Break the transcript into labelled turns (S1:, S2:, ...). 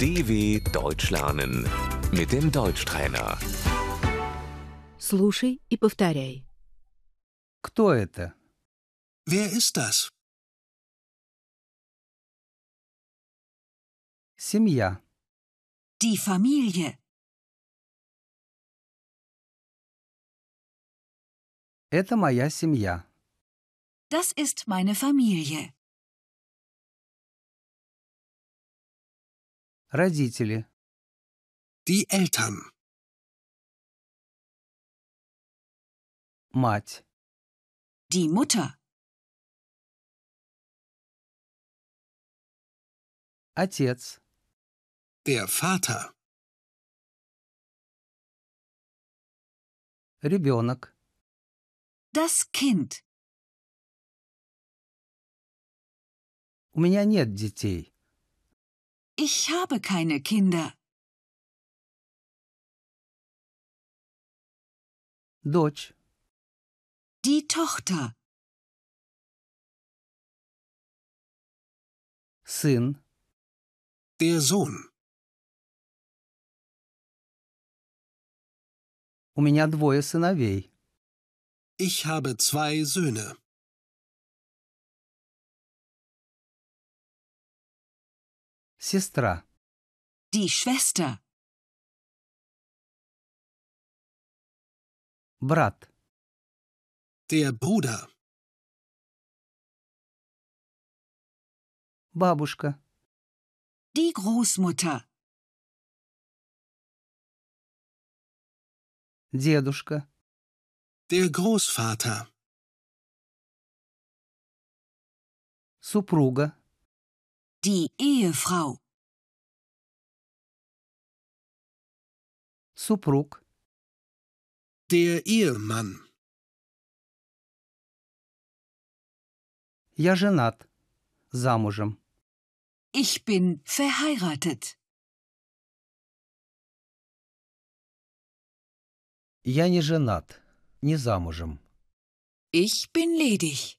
S1: DW Deutsch lernen mit dem Deutschtrainer.
S2: Слушай и повторяй.
S3: Кто это?
S4: Wer ist das?
S3: Семья.
S5: Die Familie.
S3: Это моя семья.
S5: Das ist meine Familie.
S3: Родители.
S4: Die Eltern.
S3: Мать.
S5: Die Mutter.
S3: Отец.
S4: Der Vater.
S3: Ребенок.
S5: Das Kind.
S3: У меня нет детей.
S5: Ich habe keine Kinder.
S3: Дочь.
S5: Die Tochter.
S3: Сын.
S4: Der Sohn.
S3: У меня двое сыновей.
S4: Ich habe zwei Söhne.
S3: Сестра.
S5: Die Schwester.
S3: Брат.
S4: Der Bruder.
S3: Бабушка.
S5: Die Großmutter.
S3: Дедушка.
S4: Der Großvater.
S3: Супруга.
S5: Die Ehefrau.
S3: Супруг.
S4: Der Ehemann.
S3: Я женат. Замужем.
S5: Ich bin verheiratet.
S3: Я не женат. Не замужем.
S5: Ich bin ledig.